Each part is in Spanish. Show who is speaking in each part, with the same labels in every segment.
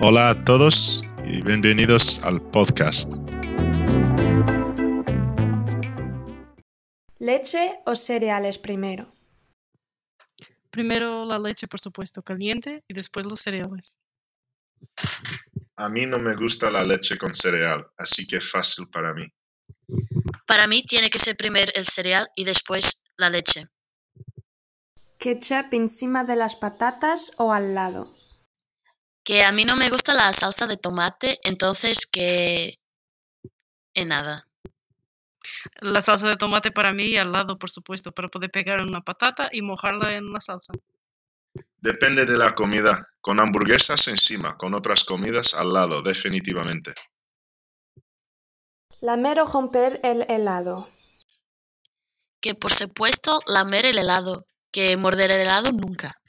Speaker 1: Hola a todos y bienvenidos al podcast.
Speaker 2: ¿Leche o cereales primero?
Speaker 3: Primero la leche, por supuesto, caliente y después los cereales.
Speaker 1: A mí no me gusta la leche con cereal, así que es fácil para mí.
Speaker 4: Para mí tiene que ser primero el cereal y después la leche.
Speaker 2: ¿Ketchup encima de las patatas o al lado?
Speaker 4: Que a mí no me gusta la salsa de tomate, entonces que... En nada.
Speaker 3: La salsa de tomate para mí al lado, por supuesto, para poder pegar en una patata y mojarla en la salsa.
Speaker 1: Depende de la comida, con hamburguesas encima, con otras comidas al lado, definitivamente.
Speaker 2: Lamer o romper el helado.
Speaker 4: Que por supuesto lamer el helado, que morder el helado nunca.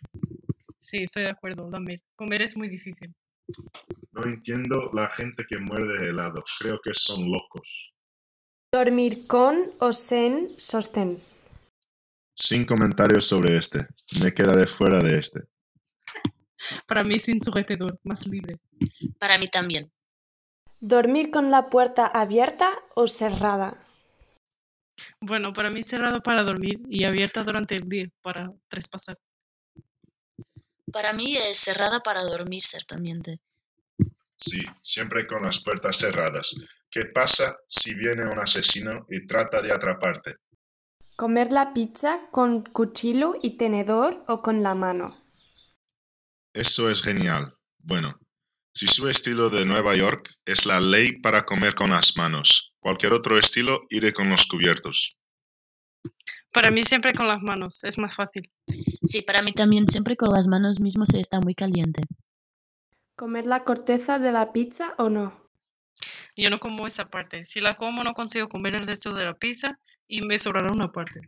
Speaker 3: Sí, estoy de acuerdo, lamer. Comer es muy difícil.
Speaker 1: No entiendo la gente que muerde helado, creo que son locos.
Speaker 2: ¿Dormir con o sin sostén?
Speaker 1: Sin comentarios sobre este, me quedaré fuera de este.
Speaker 3: Para mí sin sujetador, más libre.
Speaker 4: Para mí también.
Speaker 2: ¿Dormir con la puerta abierta o cerrada?
Speaker 3: Bueno, para mí cerrado para dormir y abierta durante el día para traspasar.
Speaker 4: Para mí es cerrada para dormir, ciertamente.
Speaker 1: Sí, siempre con las puertas cerradas. ¿Qué pasa si viene un asesino y trata de atraparte?
Speaker 2: ¿Comer la pizza con cuchillo y tenedor o con la mano?
Speaker 1: Eso es genial. Bueno, si su estilo de Nueva York es la ley para comer con las manos, cualquier otro estilo iré con los cubiertos.
Speaker 3: Para mí siempre con las manos, es más fácil.
Speaker 4: Sí, para mí también siempre con las manos mismo se está muy caliente.
Speaker 2: ¿Comer la corteza de la pizza o no?
Speaker 3: Yo no como esa parte. Si la como no consigo comer el resto de la pizza y me sobrará una parte.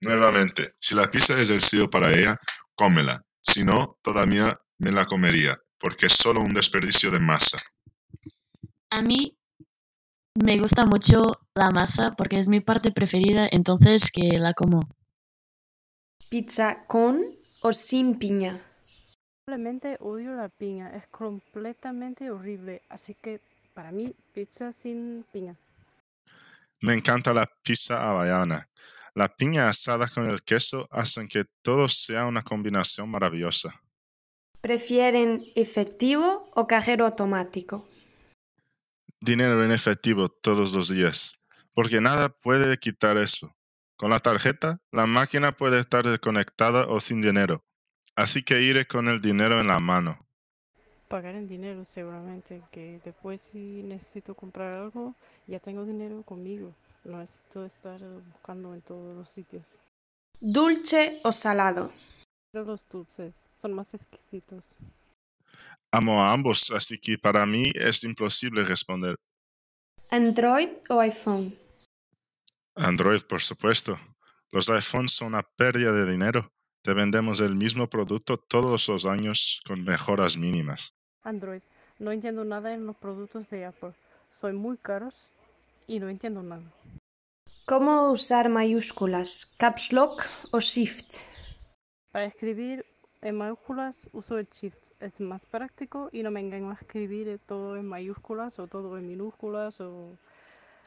Speaker 1: Nuevamente, si la pizza es el estilo para ella, cómela. Si no, todavía me la comería, porque es solo un desperdicio de masa.
Speaker 4: A mí me gusta mucho la masa porque es mi parte preferida, entonces que la como.
Speaker 2: ¿Pizza con o sin piña?
Speaker 5: Simplemente odio la piña, es completamente horrible, así que para mí pizza sin piña.
Speaker 1: Me encanta la pizza havaiana. La piña asada con el queso hacen que todo sea una combinación maravillosa.
Speaker 2: ¿Prefieren efectivo o cajero automático?
Speaker 1: Dinero en efectivo todos los días, porque nada puede quitar eso. Con la tarjeta, la máquina puede estar desconectada o sin dinero. Así que iré con el dinero en la mano.
Speaker 5: Pagar en dinero seguramente, que después si necesito comprar algo, ya tengo dinero conmigo. No necesito estar buscando en todos los sitios.
Speaker 2: ¿Dulce o salado?
Speaker 5: Pero los dulces son más exquisitos.
Speaker 1: Amo a ambos, así que para mí es imposible responder.
Speaker 2: ¿Android o iPhone?
Speaker 1: Android, por supuesto. Los iPhones son una pérdida de dinero. Te vendemos el mismo producto todos los años con mejoras mínimas.
Speaker 5: Android, no entiendo nada en los productos de Apple. Son muy caros y no entiendo nada.
Speaker 2: ¿Cómo usar mayúsculas? ¿Caps Lock o Shift?
Speaker 5: Para escribir en mayúsculas uso el shift, es más práctico y no me engaño a escribir todo en mayúsculas o todo en minúsculas o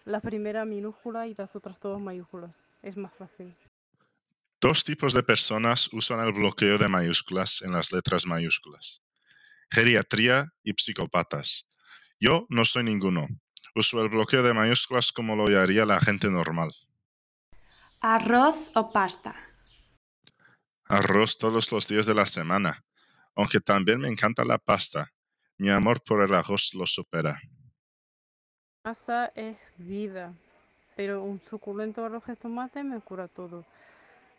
Speaker 5: la primera minúscula y las otras todas mayúsculas. Es más fácil.
Speaker 1: Dos tipos de personas usan el bloqueo de mayúsculas en las letras mayúsculas. Geriatría y psicópatas. Yo no soy ninguno. Uso el bloqueo de mayúsculas como lo haría la gente normal.
Speaker 2: ¿Arroz o pasta?
Speaker 1: Arroz todos los días de la semana, aunque también me encanta la pasta. Mi amor por el arroz lo supera.
Speaker 5: Masa es vida, pero un suculento arroz de tomate me cura todo.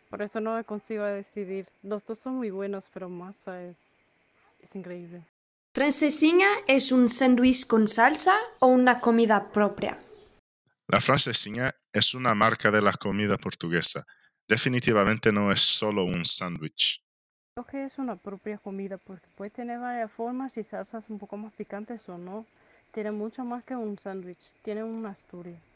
Speaker 5: Por eso no me consigo decidir. Los dos son muy buenos, pero masa es, es increíble.
Speaker 2: ¿Francesina es un sándwich con salsa o una comida propia?
Speaker 1: La francesinha es una marca de la comida portuguesa. Definitivamente no es solo un sándwich.
Speaker 5: Creo que es una propia comida porque puede tener varias formas y salsas un poco más picantes o no. Tiene mucho más que un sándwich, tiene una historia.